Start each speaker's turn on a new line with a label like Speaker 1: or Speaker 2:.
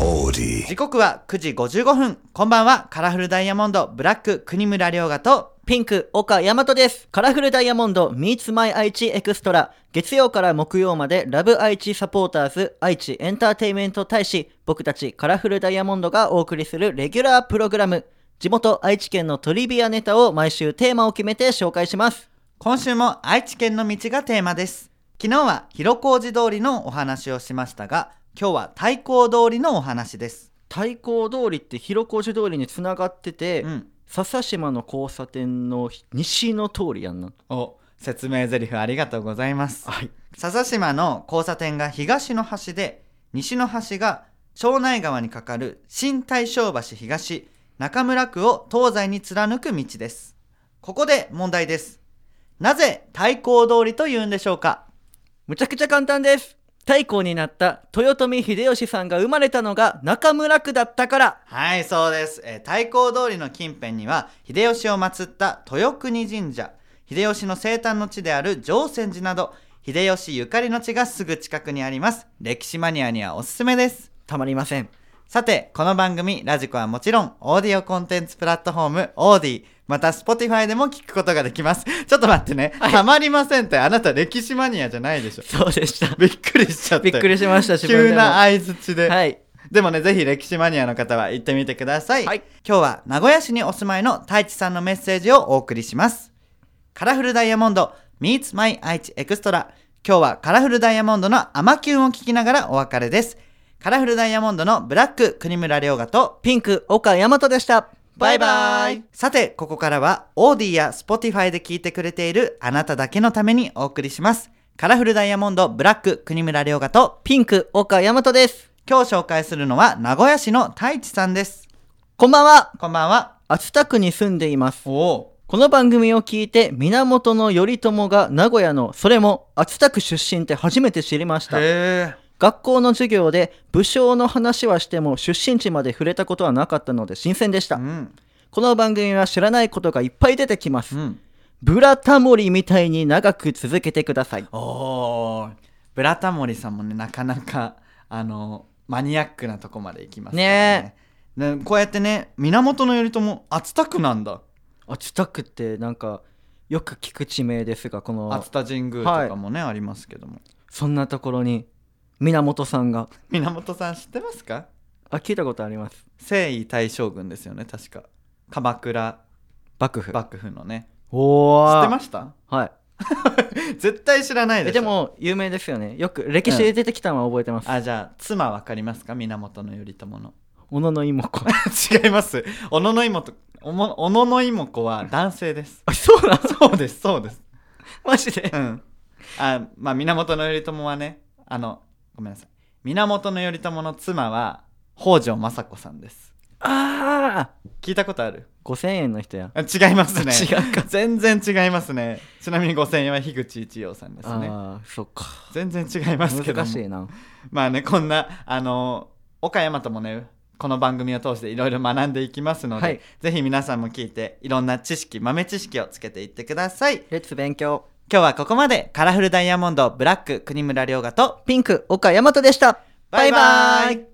Speaker 1: Audi.
Speaker 2: 時刻は9時55分こんばんはカラフルダイヤモンドブラック国村良賀と
Speaker 3: ピンク、岡、大和です。カラフルダイヤモンド、Meets My 愛知エクストラ。月曜から木曜まで、ラブ愛知サポーターズ、愛知エンターテイメント大使、僕たちカラフルダイヤモンドがお送りするレギュラープログラム。地元愛知県のトリビアネタを毎週テーマを決めて紹介します。
Speaker 2: 今週も愛知県の道がテーマです昨日は広小路通りのお話をしましたが今日は太閤通りのお話です
Speaker 3: 対抗通りって広小路通りにつながってて、
Speaker 2: うん
Speaker 3: 笹島の交差点の西の通りやんな。
Speaker 2: お説明台詞ありがとうございます
Speaker 3: はい。
Speaker 2: 笹島の交差点が東の端で西の端が庄内川に架かる新大正橋東中村区を東西に貫く道ですここで問題ですなぜ太閤通りと言うんでしょうか
Speaker 3: むちゃくちゃ簡単です太閤になった豊臣秀吉さんが生まれたのが中村区だったから
Speaker 2: はいそうです、えー太閤通りの近辺には秀吉を祀った豊国神社秀吉の生誕の地である常泉寺など秀吉ゆかりの地がすぐ近くにあります歴史マニアにはおすすめです
Speaker 3: たまりません
Speaker 2: さて、この番組、ラジコはもちろん、オーディオコンテンツプラットフォーム、オーディ、また、Spotify でも聞くことができます。ちょっと待ってね。たまりませんって、あなた歴史マニアじゃないでしょ。
Speaker 3: そうでした
Speaker 2: びっくりしちゃって。
Speaker 3: びっくりしました自分でも
Speaker 2: 急な相づちで。
Speaker 3: はい
Speaker 2: でもね、ぜひ歴史マニアの方は行ってみてください。
Speaker 3: はい
Speaker 2: 今日は名古屋市にお住まいの太一さんのメッセージをお送りします。カラフルダイヤモンド Meets My 愛知エクストラ。今日はカラフルダイヤモンドのアマキュンを聞きながらお別れです。カラフルダイヤモンドのブラック国村良賀と
Speaker 3: ピンク岡大和でしたバイバイ
Speaker 2: さて、ここからは、オーディやスポティファイで聞いてくれているあなただけのためにお送りします。カラフルダイヤモンド、ブラック、国村良賀と、
Speaker 3: ピンク岡大和です
Speaker 2: 今日紹介するのは、名古屋市の太一さんです。
Speaker 3: こんばんは
Speaker 2: こんばんは。
Speaker 3: 熱田区に住んでいます
Speaker 2: お
Speaker 3: この番組を聞いて源頼朝が名古屋のそれも熱田区出身って初めて知りました
Speaker 2: へえ。
Speaker 3: 学校の授業で武将の話はしても出身地まで触れたことはなかったので新鮮でした、
Speaker 2: うん。
Speaker 3: この番組は知らないことがいっぱい出てきます、
Speaker 2: うん。
Speaker 3: ブラタモリみたいに長く続けてください。
Speaker 2: おー。ブラタモリさんもね、なかなか、 あの、マニアックなとこまで行きますからね。ねこうやってね、源頼朝、熱田区なんだ。
Speaker 3: 熱田区ってなんかよく聞く地名ですが、この
Speaker 2: 熱田神宮とかもね、ありますけども。
Speaker 3: そんなところに源さんが
Speaker 2: 源さん知ってますか
Speaker 3: あ聞いたことあります。
Speaker 2: 征夷大将軍ですよね確か鎌倉
Speaker 3: 幕府。
Speaker 2: 幕府のね
Speaker 3: お
Speaker 2: 知
Speaker 3: ー
Speaker 2: ってました
Speaker 3: はい。
Speaker 2: 絶対知らないでし
Speaker 3: え
Speaker 2: ょ
Speaker 3: でも有名ですよね。よく歴史で出てきたのは覚えてます。
Speaker 2: あじゃあ妻わかりますか源頼朝の
Speaker 3: 小野の妹子。
Speaker 2: 違います小野の妹おも小野の妹子は男性です
Speaker 3: あ そうなの。
Speaker 2: そうですそうです
Speaker 3: マジで
Speaker 2: う。んあまあ源頼朝はねあのごめんなさい源頼朝の妻は北条政子さんです
Speaker 3: ああ。
Speaker 2: 聞いたことある
Speaker 3: 五千円の人や。
Speaker 2: あ 違いますね
Speaker 3: 違うか。
Speaker 2: 全然違いますねちなみに5000円は樋口一葉さんですね
Speaker 3: ああそっか。
Speaker 2: 全然違いますけど
Speaker 3: 難
Speaker 2: も
Speaker 3: しいな。
Speaker 2: まあねこんなあの岡山ともねこの番組を通していろいろ学んでいきますので、
Speaker 3: はい
Speaker 2: ぜひ皆さんも聞いていろんな知識豆知識をつけていってください
Speaker 3: レッツ勉強。
Speaker 2: 今日はここまでカラフルダイヤモンドブラック国村良賀と
Speaker 3: ピンク岡大和でした。バイバイ。